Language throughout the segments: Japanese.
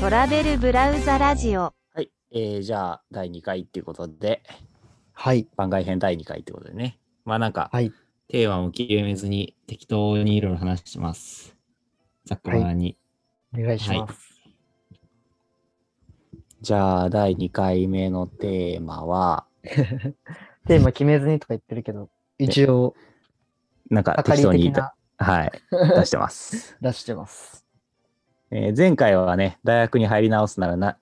トラベルブラウザラジオ。はい。えーじゃあ、第2回っていうことで、はい。番外編第2回ってことでね。まあなんか、はいテーマも決めずに適当にいろいろ話してます。ざっくばらんに。お願いします。じゃあ、第2回目のテーマは、テーマ決めずにとか言ってるけど、一応、なんかあか適り当に言的いたなはい、出してます。出してます。えー前回はね、大学に入り直すならな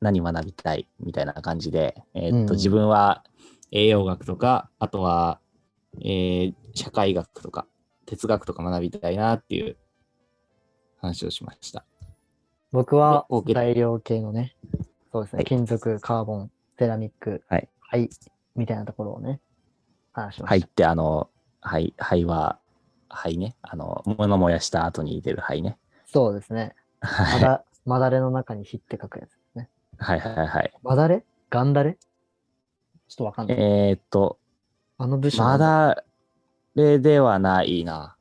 何学びたいみたいな感じで、えーっうんと、自分は栄養学とか、あとは、えー社会学とか、哲学とか学びたいなっていう話をしました。僕はお OK 材料系のね、そうですはね、い金属、カーボン、セラミック、はい、みたいなところをね、話しま灰し。ったて、あの、灰、灰は、灰ね、あの、物燃やした後に出る灰ね。そうですね。まはいだ、まだれの中に火って書くやつですね。はいはいはい。まだれガンダレちょっとわかんない。えーっと、あの部署なまんだ。だれではないな。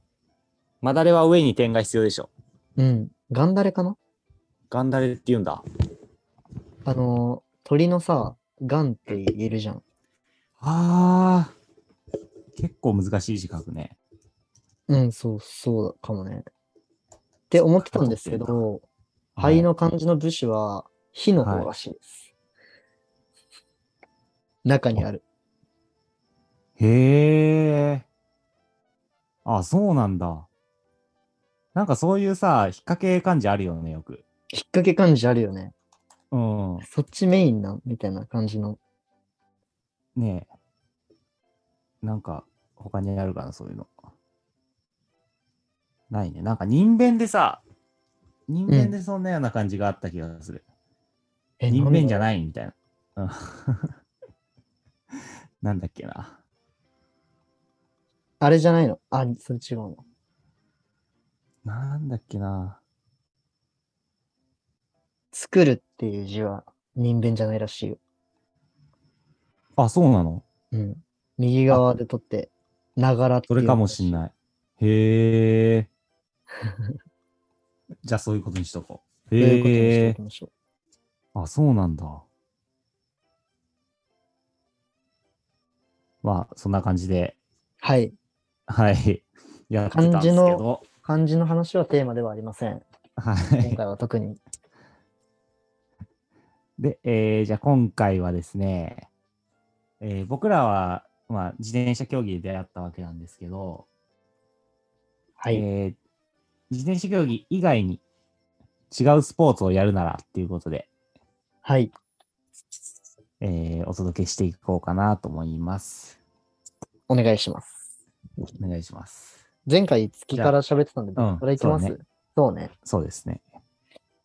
まだれは上に点が必要でしょ。うん。ガンダレかなガンダレって言うんだ。あのー、鳥のさ、ガンって言えるじゃん。ああ。結構難しい字書くね。うん、そう、そうかもね。って思ってたんですけど、灰の漢字の部首は、火の方らしいです。中にある。へえ。あ、そうなんだ。なんかそういうさ、引っ掛け漢字あるよね、よく。引っ掛け漢字あるよね。うん。そっちメインなんみたいな感じの。ねえ。なんか、他にあるかな、そういうの。ないね。なんか人弁でさ、人弁でそんなような感じがあった気がする。え人弁じゃゃないみたいな。うん なんだっけな。あれじゃないの。あ、それ違うの。なんだっけな。作るっていう字は人弁じゃないらしいよ。あ、そうなのうん。右側で取って、ながらってそいうれかもしん い。ない。へえ。じゃあそういうことにしとこう。ということにしてへおえき。ましょう。あ、そうなんだ。まあ、そんな感じで、はい。はい。 やってたんですけど。漢字の話はテーマではありません。は今い。回は特に。で、えーじゃあ今回はですね、えー僕らは、まあ、自転車競技で出会ったわけなんですけど、はい。えー自転車競技以外に違うスポーツをやるならっていうことで、はい。えーお届けしていこうかなと思います。お願いします。お願いします。前回月から喋ってたんで、じゃあうんこれいきます、そうそうね。そうですね。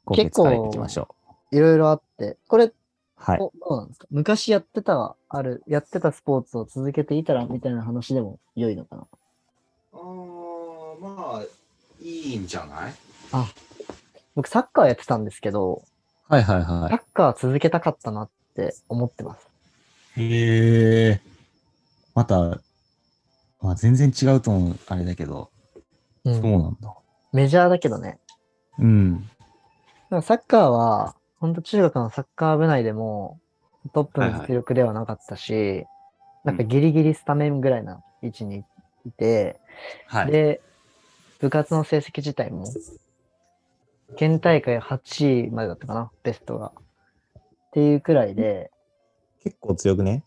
今結月構からいきましょう。いろいろあって、これ、はい。どどうなんですか昔やってた、ある、やってたスポーツを続けていたらみたいな話でも良いのかな。あーまあいいんじゃない僕、サッカーやってたんですけど、はいはいはサッカー続けたかったなって思ってます。へえ。また、まあ、全然違うと思う、あれだけど、うんそうなんだ。メジャーだけどね。うん。なんかサッカーは、ほんと中学のサッカー部内でも、トップの実力ではなかったし、なんかギリギリスタメンぐらいな位置にいて、は。で、部活の成績自体も、県大会8位までだったかな、ベストが。っていうくらいで、結構強くね。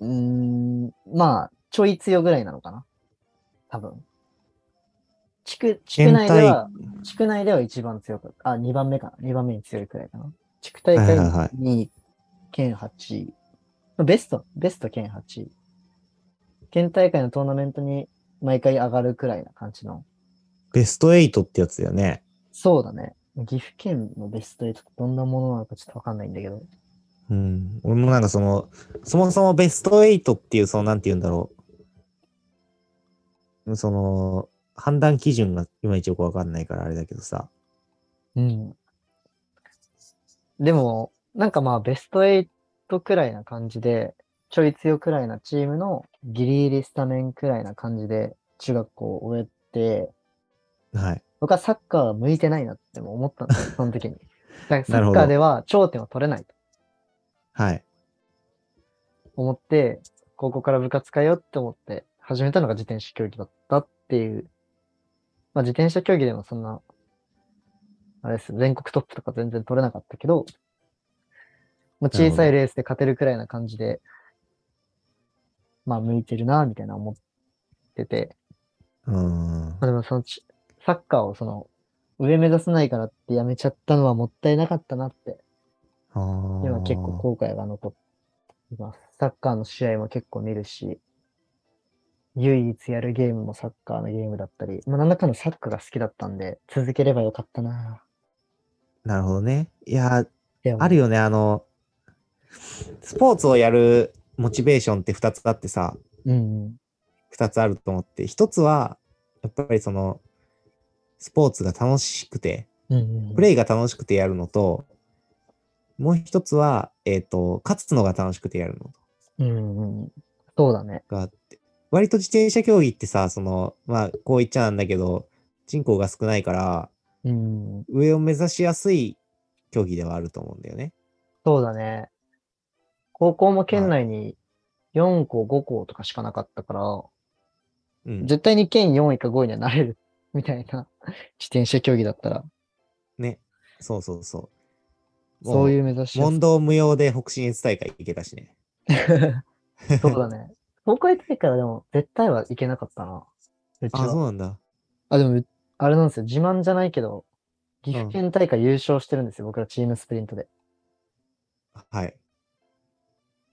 うーん、まあ、ちょい強ぐらいなのかな、多分。地区、地区内では、地区内では一番強かった。あ、2番目かな。2番目に強いくらいかな。地区大はい会はいはい2位、県8位。まあベスト、ベスト県8位。県大会のトーナメントに毎回上がるくらいな感じのベスト8ってやつだよね。そうだね。岐阜県のベスト8ってどんなものなのかちょっとわかんないんだけど。うん、俺もなんかその、そもそもベスト8っていう、その、なんて言うんだろう。その、判断基準がいまいちよくわかんないからあれだけどさ。うん。でも、なんかまあベスト8くらいな感じで、ちょい強くらいなチームのギリギリスタメンくらいな感じで中学校を終えて、はい。僕はサッカーは向いてないなっても思ったんです よ、その時に。だからサなるッほカーどでは頂点を取れないとはい。思って、高校から部活かよって思って始めたのが自転車競技だったっていう。まあ自転車競技でもそんな、あれです、全国トップとか全然取れなかったけど、まあ、なる小ほどさいレースで勝てるくらいな感じで、まあ向いてるな、みたいな思ってて、うーんま。あ、でもそのち、サッカーをその、上目指せないからってやめちゃったのはもったいなかったなって、今今結構後悔が残っています。サッカーの試合も結構見るし、唯一やるゲームもサッカーのゲームだったり、まあ、なんだかんだサッカーが好きだったんで、続ければよかったななるほどね。いやー、ぁあるよ。よね、あの、スポーツをやるモチベーションって2つあってさ、うんうん。 2つあると思って、1つは、やっぱりその、スポーツが楽しくて、うんうんうん、プレイが楽しくてやるのと、もう一つは、えっ、と、勝つのが楽しくてやるのうんうんうん。そうだね。があって、割と自転車競技ってさ、その、まあ、こう言っちゃなんだけど、人口が少ないから、うんうん。上を目指しやすい競技ではあると思うんだよね。そうだね。高校も県内に4校、5校とかしかなかったから、うん。絶対に県4位か5位にはなれるみたいな 自転車競技だったら、ね。そうそうそう。もそういう目指しや問答無用で北信越大会行けたしね。す そうだね。東海大会はでも絶対はいけなかったな。うちあ、そうは。なんだ。あ、でもう、あれなんですよ。自慢じゃないけど、岐う阜ん県大会優勝してるんですよ。僕らチームスプリントで。はい。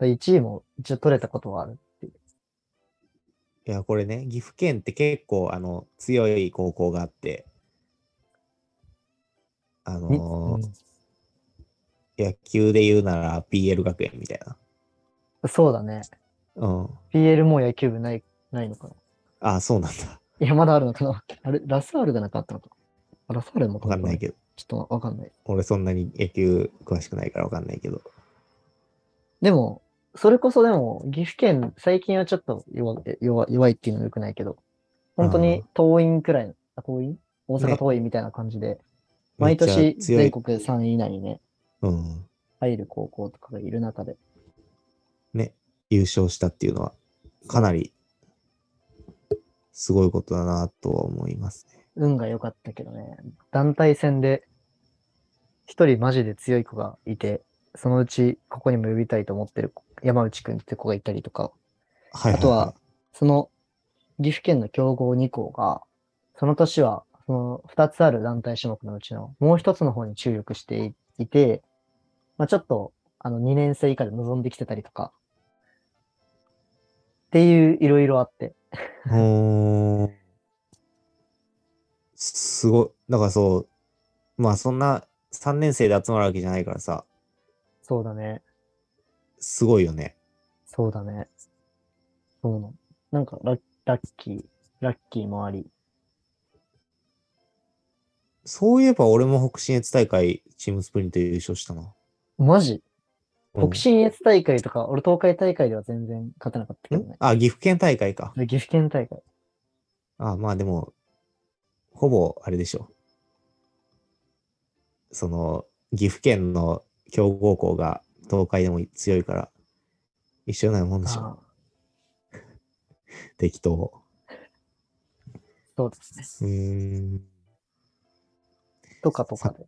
1位も一応取れたことはある。いや、これね、岐阜県って結構、あの、強い高校があって、あみのーうん野球で言うなら PL 学園みたいな。そうだね。うん。 PL もう野球部ない、ないのかな。あ、そうなんだ。いや、まだあるのかな。あれ、ラサールがなかったのか。あラサールもわかんないど。けど。ちょっとわかんない。俺そんなに野球詳しくないからわかんないけど。でも、それこそでも、岐阜県、最近はちょっと弱え弱弱いっていうのは良くないけど、本当に党員くらいの、あ党員大阪ね党員みたいな感じで、めっ毎ちゃ年強全い。国3位以内にね、うん。入る高校とかがいる中で、ね、優勝したっていうのは、かなり、すごいことだなとは思いますね。運が良かったけどね、団体戦で、一人マジで強い子がいて、そのうちここにも呼びたいと思ってる子山内くんって子がいたりとか、はいあとは、その岐阜県の強豪2校が、その年は、その2つある団体種目のうちのもう1つの方に注力していて、まあ、ちょっとあの2年生以下で臨んできてたりとか、っていういろいろあって、はいはいおーすすごい。だからそう、まあそんな3年生で集まるわけじゃないからさ、そうだね、すごいよね。そうだね。そうなの。なんかラッラッキー、ラッキーもあり。そういえば俺も北信越大会チームスプリント優勝したな。マジうん北信越大会とか、俺東海大会では全然勝てなかったけどんね。あ、岐阜県大会か。岐阜県大会。あ、まあでも、ほぼあれでしょ。その、岐阜県の強豪校が東海でも強いから、一緒なもんでしあょ。ー適当。そうですね。うーん。とかとかで。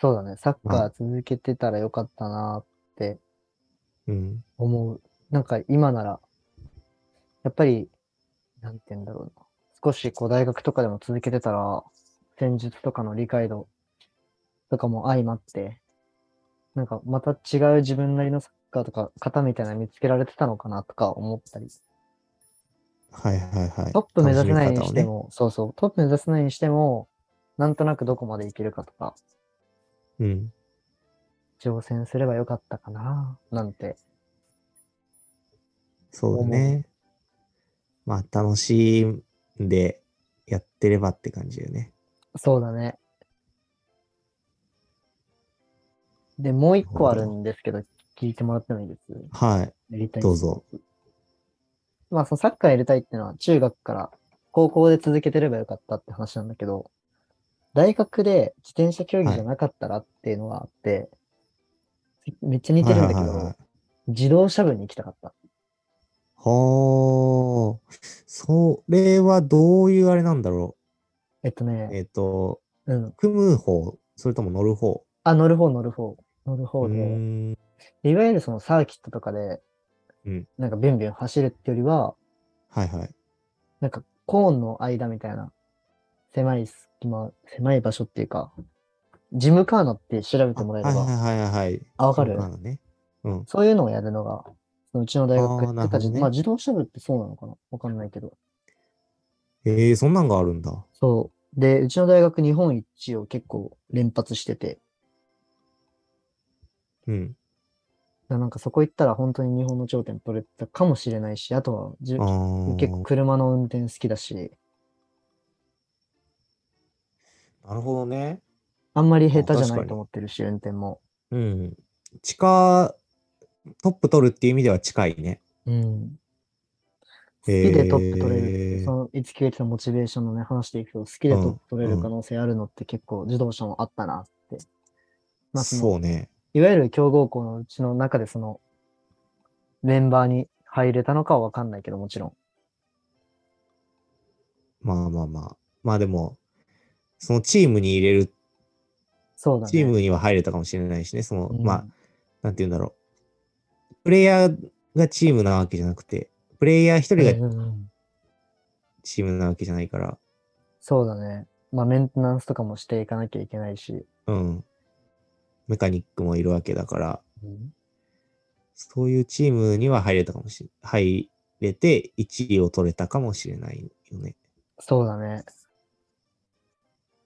そうだね。サッカー続けてたらよかったなってうん。思う。なんか今なら、やっぱり、なんて言うんだろうな。少しこう大学とかでも続けてたら、戦術とかの理解度とかも相まって、なんかまた違う自分なりのサッカーとか型みたいなの見つけられてたのかなとか思ったり、はいはいはい。トップ目指せないに楽しみて方をねも、そうそう、トップ目指せないにしても、なんとなくどこまでいけるかとか、うん。挑戦すればよかったかな、なんて。そうだね。まあ、楽しんでやってればって感じだよね。そうだね。で、もう一個あるんですけど、聞いてもらってもいいですはやりたい。い。どう。ぞ。まあ、そのサッカーやりたいっていうのは、中学から高校で続けてればよかったって話なんだけど、大学で自転車競技じゃなかったらっていうのがあって、めっちゃ似てるんだけはいはいはいどはい、自動車部に行きたかった。はあ、それはどういうあれなんだろえっとう。ね、えっ、と、うん。組む方、それとも乗る方。あ、乗る方乗る方。乗るう方ーで、ん。いわゆるそのサーキットとかでうん、なんかビュンビュン走るってよりは、はいはい。なんかコーンの間みたいな、狭い隙間、狭い場所っていうか、ジムカーナって調べてもらえれあはいば、はいはいはい。あわかるそうなのね。うん。そういうのをやるのが、そのうちの大あー学やってなるほたど時、ねまあ自動車部ってそうなのかなわかんないけど。えー、そんなんがあるんだ。そう。で、うちの大学日本一を結構連発してて、うん。いやなんかそこ行ったら本当に日本の頂点取れたかもしれないし、あとはじゅあー結構車の運転好きだし、なるほどね。あんまり下手じゃ確なかいにと思ってるし、運転も。うん。近、トップ取るっていう意味では近いね。うん。好きへーでトップ取れる、その、いつきが言ってたモチベーションのね、話していくと、好きでトップ取れうるん可能性あるのって結構自動車もあったなって。まあ、その、そうね。いわゆる強豪校のうちの中でその、メンバーに入れたのかはわかんないけど、もちろん。まあまあまあ。まあでも、そのチームに入れる、そうだね。チームには入れたかもしれないしね。その、うんまあ、なんて言うんだろう。プレイヤーがチームなわけじゃなくて、プレイヤー一人うんがうんうんチームなわけじゃないから、そうだね。まあ、メンテナンスとかもしていかなきゃいけないし。うん。メカニックもいるわけだから、そういうチームには入れたかもしれ入れて1位を取れたかもしれないよね。そうだね。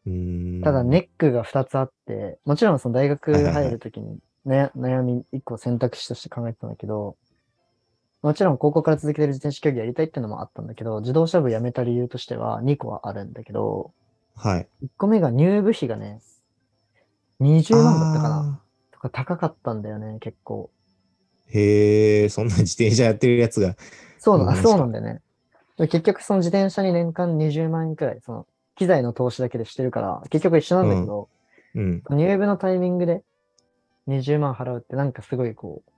うーん。ただ、ネックが2つあって、もちろんその大学はいはいはい入るときに、ね、悩み1個選択肢として考えてたんだけど、もちろん高校から続けてる自転車競技やりたいっていうのもあったんだけど、自動車部辞めた理由としては2個はあるんだけど、はい。 1個目が入部費がね、20万だったかなあとか高かったんだよね、結構。ーへえ、そんな自転車やってるやつが。そうなうんん、そうなんだよね。で結局その自転車に年間20万円くらい、その機材の投資だけでしてるから、結局一緒なんだけど、うん。入部のタイミングで20万払うってなんかすごいこう、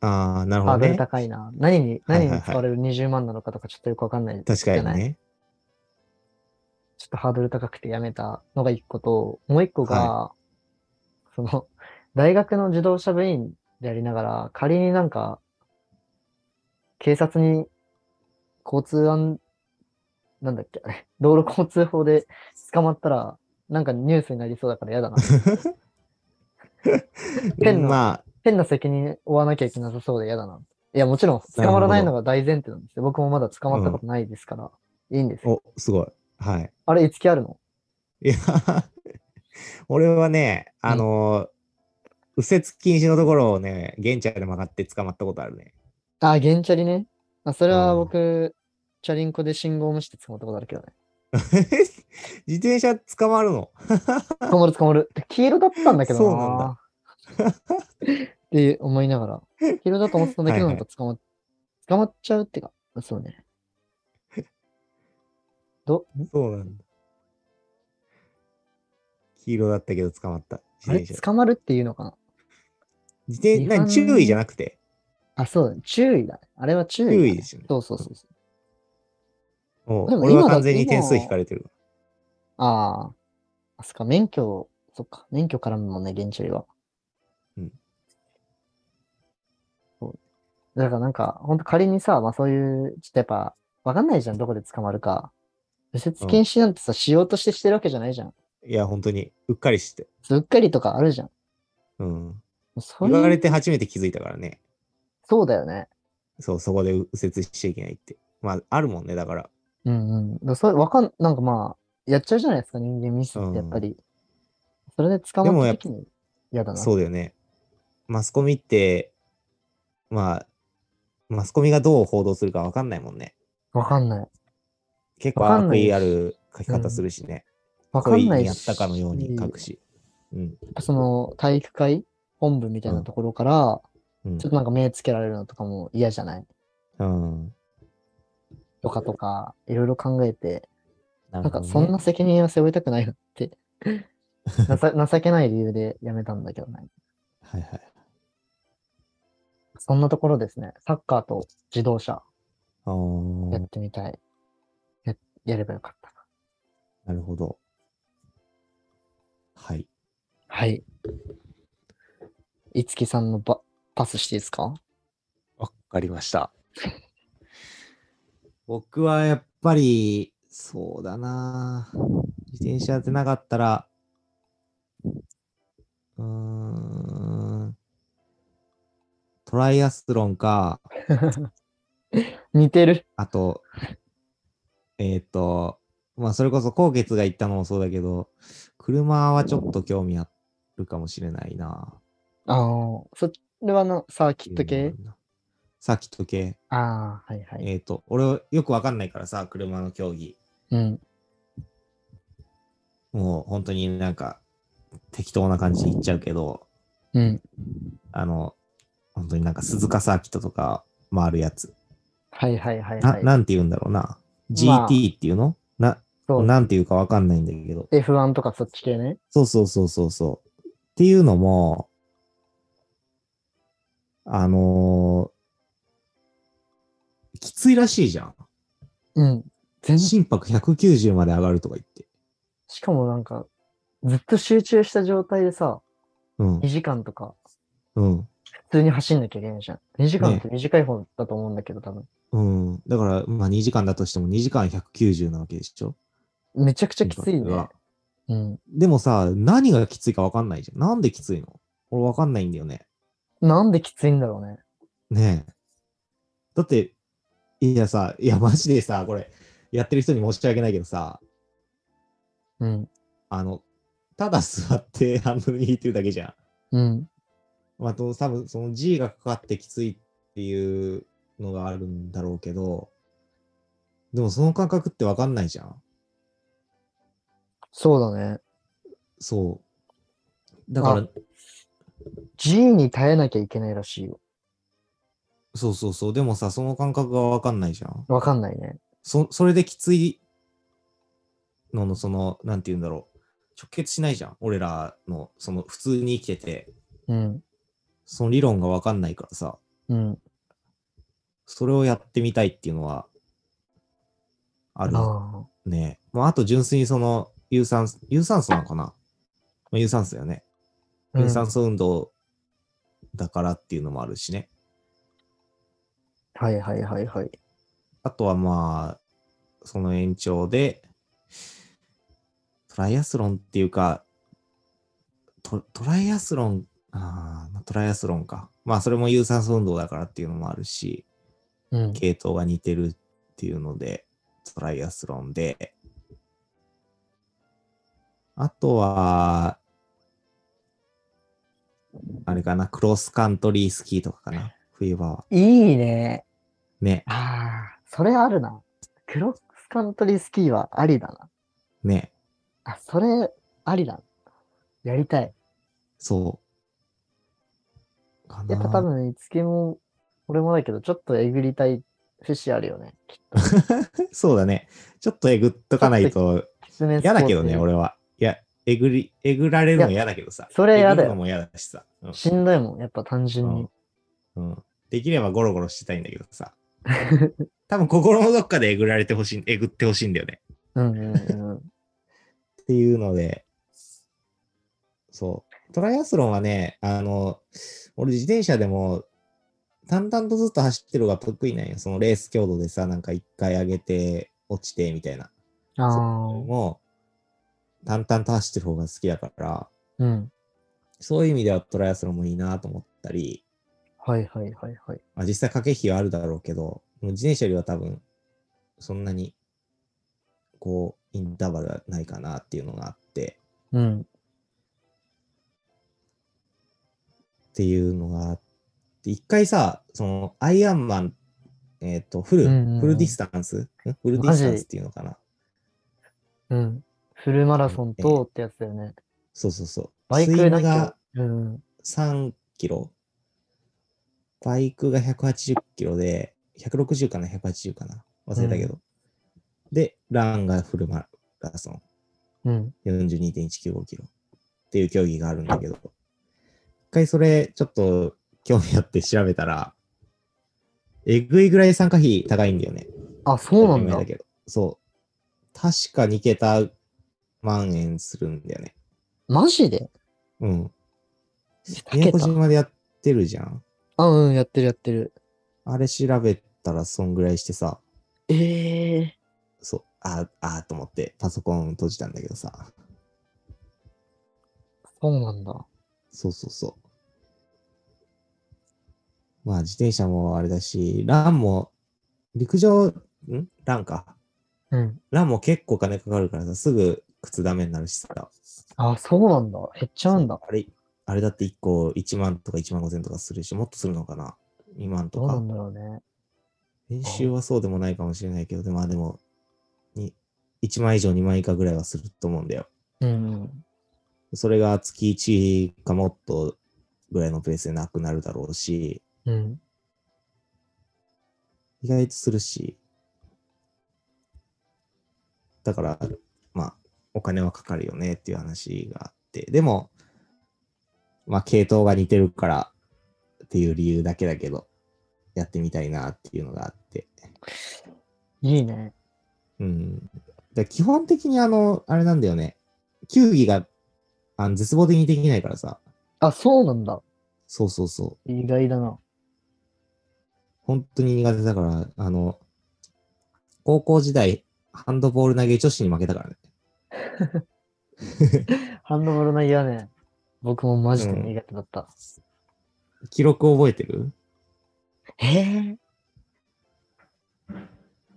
ああ、なるほハどードルね。高いな。何に、はいは何いはいに使われる20万なのかとかちょっとよくわかんない。確かにじゃないね。ちょっとハードル高くてやめたのが一個と、もう一個が、その、大学の自動車部員でありながら、仮になんか、警察に交通安、なんだっけ、あれ道路交通法で捕まったら、なんかニュースになりそうだから嫌だな。変なまあ、変な責任負わなきゃいけなさそうで嫌だな。いや、もちろん捕まらないのが大前提なんですよ。僕もまだ捕まったことないですから、いいんですよ。お、すごい。はい。あれ、いつきあるのいや、俺はね、あのー右折禁止のところをね、現地で曲がって捕まったことあるね。 あ、原チャリね。あ、それはうん僕、チャリンコで信号無視で捕まったことあるけどね。自転車捕まるの捕まる捕まる。黄色だったんだけどな。そうなんだ って思いながら。黄色だと思ってたんだけど、はないはんいか捕まっ、捕まっちゃうってか、そうね。ど、んそうなんだ。黄色だったけど捕まった。あ自れ、転車。捕まるっていうのかな自転違反な注意じゃなくて。あ、そうだね。注意だね。あれは注意だ、注意ですよねそうそうそうそう。もうでも俺は今だ完全に今点数引かれてる。ああ。あ、そっか、免許、そっか、免許絡むもんね、現地よりは。うん。そう。だからなんか、ほんと仮にさ、まあそういう、ちょっとやっぱ、わかんないじゃん、どこで捕まるか。右折禁止なんてさ、しようとしてしてるわけじゃないじゃん。いや、本当に、うっかりして。うっかりとかあるじゃん。うん。そう言わいれう、て初めて気づいたからね。そうだよね。そう、そこで右折しちゃいけないって。まあ、あるもんね、だから。うんうん。だからそれ、わかん、なんかまあ、やっちゃうじゃないですか、人間ミスって、やっぱり。それで捕でまもったやっぱ時に嫌だな。そうだよね。マスコミって、まあ、マスコミがどう報道するかわかんないもんね。わかんない。結構わかんな悪いし意ある書き方するしね。わかんな故意いにやったかのように書くし。うん。その体育会本部みたいなところから、うんちょっとなんか目つけられるのとかも嫌じゃないうん。とかとか、いろいろ考えて、ななんかそんな責任は背負いたくないなって、 なさ情けない理由で辞めたんだけどね。はいはい。そんなところですね。サッカーと自動車あやーってみたい。ややればよかったな。なるほど。はい。はい。いつきさんのパパスしていいですか わかりました。僕はやっぱり、そうだなあ自転車でなかったら、うーん、トライアスロンか、似てる。あと、えっ、と、まあ、それこそ高月が言ったのもそうだけど、車はちょっと興味あるかもしれないなあああ、それはあのサーキットってい系うのがあるなサーキット系。ああ、はいはい。えっ、と、俺よくわかんないからさ、車の競技。うん。もう本当になんか適当な感じで言っちゃうけど、うん。あの、本当になんか鈴鹿サーキットとか回るやつ。はいはいはいなはい。なんて言うんだろうな。まあ GT っていうの、そな、う。なんて言うかわかんないんだけど。 F1 とかそっち系ね。そうそうそうそうそう。っていうのも、あのーきついらしいじゃん。うん。全心拍190まで上がるとか言って。しかもなんか、ずっと集中した状態でさ、うん2時間とか、うん。普通に走んなきゃいけないじゃん。2時間ねって短い方だと思うんだけど、多分。うん。だから、まあ2時間だとしても2時間190なわけでしょめちゃくちゃきつい心拍ねが。うん。でもさ、何がきついかわかんないじゃん。なんできついの俺わかんないんだよね。なんできついんだろうね。ねえ。だって、いやさ、いやマジでさ、これ、やってる人に申し訳ないけどさ、うん。あの、ただ座って ハンドル握ってるだけじゃん。うん。まあ、と多分その G がかかってきついっていうのがあるんだろうけど、でもその感覚ってわかんないじゃん。そうだね。そう。だからあ、G に耐えなきゃいけないらしいよ。そうそうそう。でもさ、その感覚がわかんないじゃん。わかんないね。そ、それできついのの、その、なんて言うんだろう。直結しないじゃん。俺らの、その、普通に生きてて、うん。その理論がわかんないからさ、うん。それをやってみたいっていうのは、あるああ。ね。まあ、あと純粋にその、有酸素、有酸素なのかな、まあ、有酸素だよね。う有ん、酸素運動だからっていうのもあるしね。はいはいはいはい。あとはまあ、その延長で、トライアスロンっていうか、トトライアスロン、ああ、トライアスロンか。まあ、それも有酸素運動だからっていうのもあるし、うん。系統が似てるっていうので、トライアスロンで、あとは、あれかな、クロスカントリースキーとかかな、冬場は。いいね。ね、ああ、それあるな。クロスカントリースキーはありだな。ね、あ、それありだ。やりたい。そう。かなやっぱ多分、いつきも、俺もだけど、ちょっとえぐりたい節あるよね。そうだね。ちょっとえぐっとかないと失念スポ嫌ーツだけどね、俺は。いや、えぐり、えぐられるの嫌だけどさ。それ嫌だよえぐるのも嫌だしさ。うんしんどいもん、やっぱ単純に。うんうんできればゴロゴロしてたいんだけど さ。多分心のどっかでえぐられてほしい、えぐってほしいんだよね。うんうんう ん。っていうので、そう。トライアスロンはね、あの、俺自転車でも、淡々とずっと走ってるのが得意なんよ。そのレース強度でさ、なんか一回上げて、落ちて、みたいな。あそれあ、も、淡々と走ってる方が好きだから、うん。そういう意味ではトライアスロンもいいなと思ったり、はいはいはいはい。まあ、実際駆け引きはあるだろうけど、もう自転車よりは多分、そんなに、こう、インターバルはないかなっていうのがあって、うん。っていうのがあって、一回さ、その、アイアンマン、えっ、と、フル、うんうんうんフルディスタンスんフルディスタンスっていうのかなうん。フルマラソンとってやつだよね。そうそうそう。バイスイクムだがけ。うん。 3キロ。バイクが180キロで、160かな、180かな。忘れたけど。で、ランがフルマラソン。うん。 42.195キロっていう競技があるんだけど、一回それちょっと興味あって調べたら、えぐいぐらい参加費高いんだよね。あ、そうなんだ当たり前。けど。そう。確か2桁万円するんだよね。マジでうん。二宮桁古島でやってるじゃん。あ、うん、やってるやってる。あれ調べたらそんぐらいしてさ、ええそう、ああーと思ってパソコン閉じたんだけどさ、そうなんだ。そうそうそう。まあ自転車もあれだし、ランも、陸上、んランか。うん。ランも結構金かかるからさ、すぐ靴ダメになるしさ。あ、そうなんだ。減っちゃうんだそ。あれ、あれだって1個1万とか1万5千とかするし、もっとするのかな ?2 万とどうなかん。だろうね。練習はそうでもないかもしれないけど、でも、まあでも、に1万以上2万以下ぐらいはすると思うんだよ。うん。それが月1かもっとぐらいのペースでなくなるだろうし、うん。意外とするし、だから、まあ、お金はかかるよねっていう話があって、でも、まあ、系統が似てるからっていう理由だけだけど、やってみたいなっていうのがあって、いいね。うん。だ基本的にあの、あれなんだよね、球技があの絶望的にできないからさ、あ、そうなんだ。そうそうそう。意外だな。本当に苦手だから、あの、高校時代、ハンドボール投げ女子に負けたからね。ハンドボールの嫌ね。僕もマジで苦手だった。記録覚えてるええ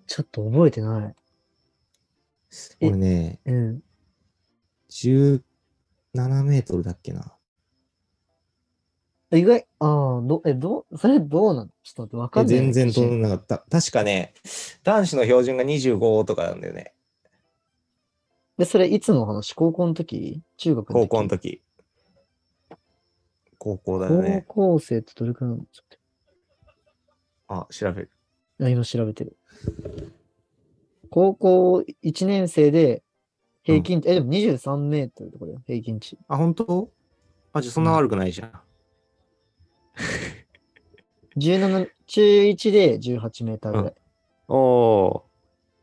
ちょっと覚えてない。え俺ね、うん。 17メートルだっけな。意外、ああ、ど、え、どう、それどうなのちょっと待って、わかんない。全然飛んでなかった。確かね、男子の標準が25とかなんだよね。で、それいつの話高校の時中学の高時校の時。高校だよね。高校生ってどれくらいなのちょっあ、調べる。とあ今調べてる。高校1年生で平均値、え、でも23メートルとかだよ、平均値。あ、本当あ、じゃあそんな悪くないじゃん。 17、中1で18メーターぐらい。うんお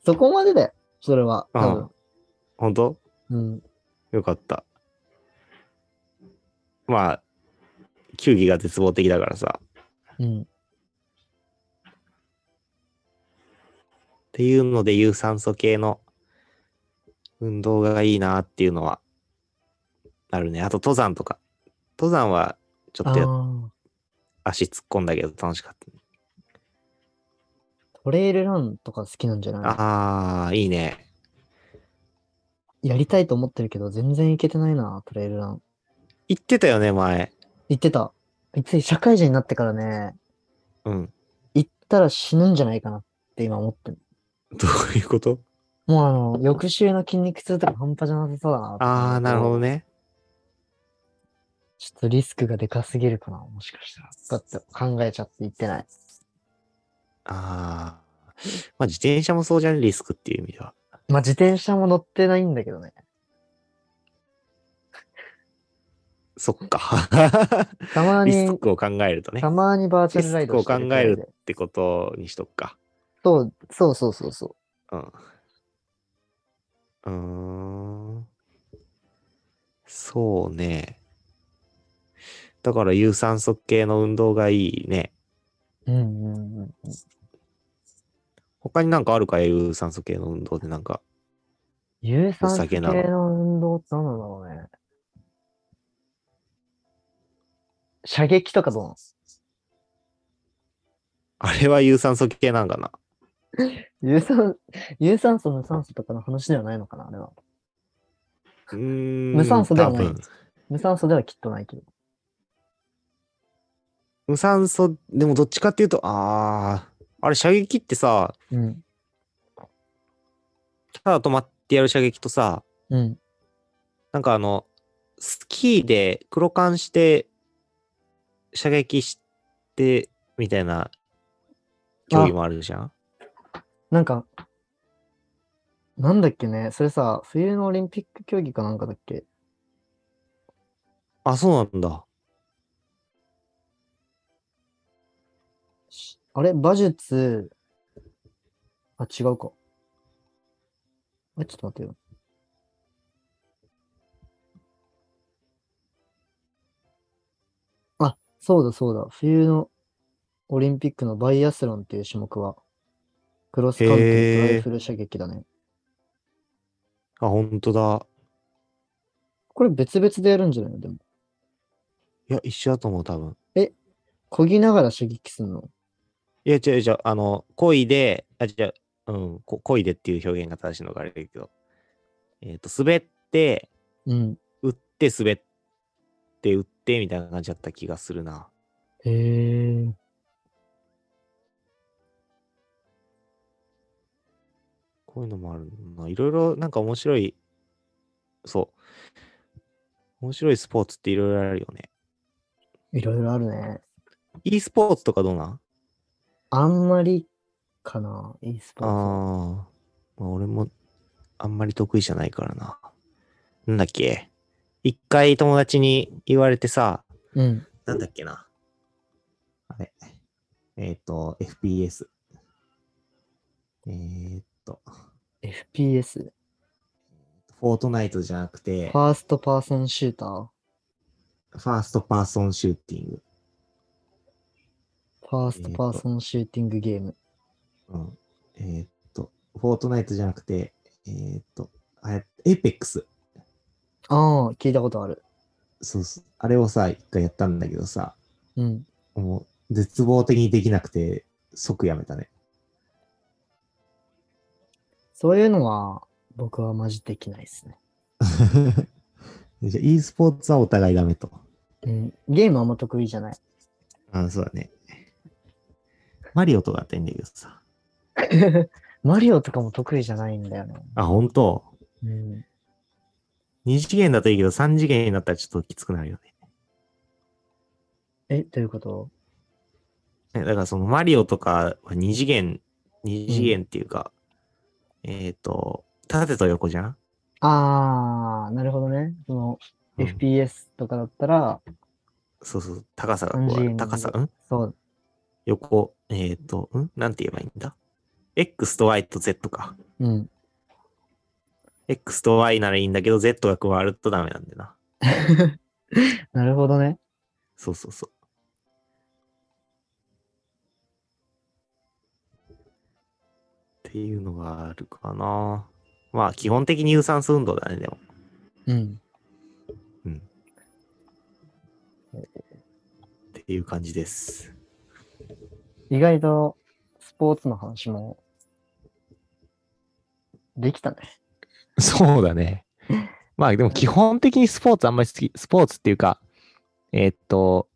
そこまでだよ、それは。ー。多分。、本当うん。よかった。まあ、球技が絶望的だからさ。っうん。ていうので、有酸素系の運動がいいなっていうのは、あるね。あと、登山とか。登山は、ちょあっとやあ、足突っ込んだけど楽しかった、ね。トレイルランとか好きなんじゃなああ、いいね。いやりたいと思ってるけど、全然行けてないな、トレイルラン。言ってたよね、前。行ってた。いつい社会人になってからね、うん。行ったら死ぬんじゃないかなって今思ってる。どういうこともうあの、翌週の筋肉痛とか半端じゃなさそうだなって思うと。ああ、なるほどね。ね。ちょっとリスクがでかすぎるかな、もしかしたら。だって考えちゃって言ってない。ああ。まあ、自転車もそうじゃん、リスクっていう意味では。まあ、自転車も乗ってないんだけどね。そっか。たま リにス、クを考えるとね。たまにバーチャルライドリスクを考えるしてくらいでってことにしとくか。そう、そうそうそうそう。うん。うーん。そうね。だから有酸素系の運動がいいね。うんうんうん。他になんかあるか有酸素系の運動でなんか。有酸素系酒なのの運動って何なんだろうね。射撃とかどうなのあれは有酸素系なんかな有酸、有酸素無酸素とかの話ではないのかなあれは。うーん。無酸素ではない多分無酸素ではきっとないけど。無酸素、でもどっちかっていうと、ああ、あれ射撃ってさ、うん。ただ止まってやる射撃とさ、うん。なんかあの、スキーで黒缶して、射撃して、みたいな競技もあるじゃんなんか、なんだっけね、それさ、冬のオリンピック競技かなんかだっけ。あ、そうなんだ。あれ馬術。あ、違うか。あ、ちょっと待ってよ。あ、そうだそうだ。冬のオリンピックのバイアスロンっていう種目は、クロスカントリーへーとライフル射撃だね。あ、本当だ。これ別々でやるんじゃないのでも。いや、一緒だと思う、多分。漕ぎながら射撃するの。いや、違う違う、あの、恋で、あ、違う、うん、こ恋でっていう表現が正しいのがあれだけど、えっ、と、滑って、うん。打って、滑って、打って、みたいな感じだった気がするな。へえ。こういうのもあるな。いろいろ、なんか面白い、そう。面白いスポーツっていろいろあるよね。いろいろあるね。 e スポーツとかどうなんあんまりかな、e スポあーツ。ー、まあ、俺もあんまり得意じゃないからな。なんだっけ一回友達に言われてさ、うん。なんだっけな。あれ。えっ、と、FPS。えっ、と、 FPS。フフォートナイトじゃなくて、ファァーストパーソンシューター。ーストパーソンシューティング。ファーストパーソンシューティングゲーム。うん。えーっと、フォートナイトじゃなくて、えーっと、あれ、エイペックス。ああ、聞いたことある。そうそう。あれをさ、一回やったんだけどさ、うん。もう、絶望的にできなくて、即やめ たね。そういうのは、僕はマジできないですね。じゃあ e スポーツはお互いダメと。うん。ゲームあんま得意じゃない。 あそうだね。マリオとかだったらいいんだけどさ。マリオとかも得意じゃないんだよね。あ、ほんとうん。 ?2 次元だといいけど、3次元になったらちょっときつくなるよね。え、どういうことねだからそのマリオとかは2次元、2次元っていうか、えーっと、縦と横じゃんああ、なるほどね。その、うん FPS とかだったら、そうそう、高さがこ三次う、元高さ、んそう、横、えっ、と、んなんて言えばいいんだ ?X と Y と Z か。うん。 X と Y ならいいんだけど、Z が加わるとダメなんだよな。なるほどね。そうそうそう。っていうのがあるかな。まあ、基本的に有酸素運動だね、でも。うん。うん。っていう感じです。意外とスポーツの話もできたね。 そうだね。まあでも基本的にスポーツあんまり好き、スポーツっていうか、えーっと、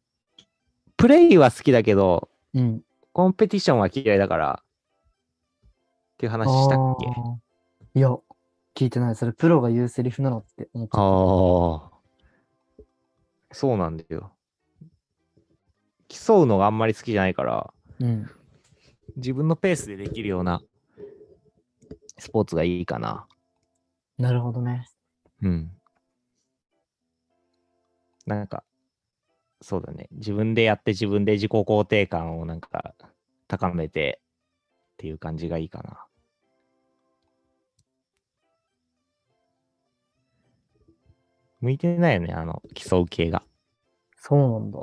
プレイは好きだけど、うん。コンペティションは嫌いだから、っていう話したっけあーいや、聞いてない。それプロが言うセリフなのって思っちああゃっー。そうなんだよ。競うのがあんまり好きじゃないから、た。うん。自分のペースでできるようなスポーツがいいかな。なるほどね。うん。なんか、そうだね。自分でやって自分で自己肯定感をなんか高めてっていう感じがいいかな。向いてないよね、あの、競う系が。そうなんだ。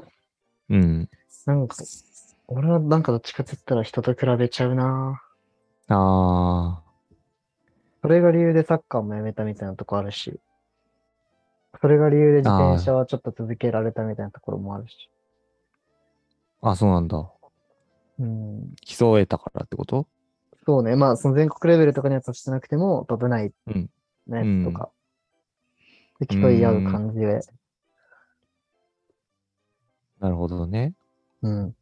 うん。なんか、俺はなんかどっちかって言ったら人と比べちゃうな。あそれが理由でサッカーもやめたみたいなとこあるし、それが理由で自転車はちょっと続けられたみたいなところもあるし。あ。あ、そうなんだ。うん。競えたからってことそうね。まあ、その全国レベルとかには達してなくても、飛べないうんのやつとか、で競い合う感じで、なるほどね。うん。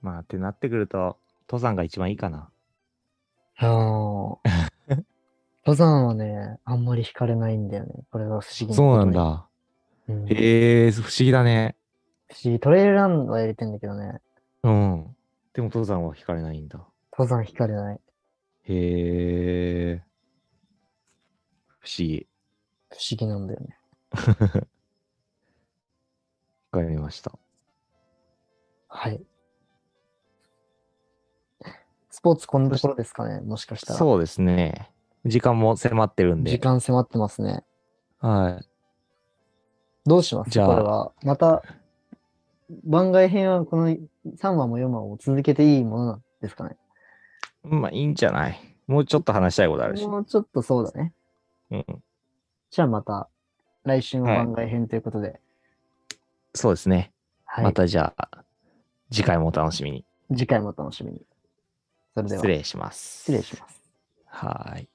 まあ、ってなってくると、登山が一番いいかな。あのー登山はね、あんまり惹かれないんだよね。これが不思議そうなんことに。だ。うんへえ、不思議だね。不思議。トレイルランはやりてんだけどね、うん。でも登山は惹かれないんだ。登山惹かれない。へえ。不思議。不思議なんだよね。わかりました。はい。スポーツこんなところですかね、もしかしたら。そうですね。時間も迫ってるんで。時間迫ってますね。はい。どうしますじゃあこれは。また、番外編はこの3話も4話も続けていいものなんですかね。まあいいんじゃないもうちょっと話したいことあるし。もうちょっとそうだね。うん。じゃあまた、来週のはい番外編ということで。そうですね。はい。またじゃあ、次回もお楽しみに。次回もお楽しみに。それでは失、礼します。失礼します。はーい。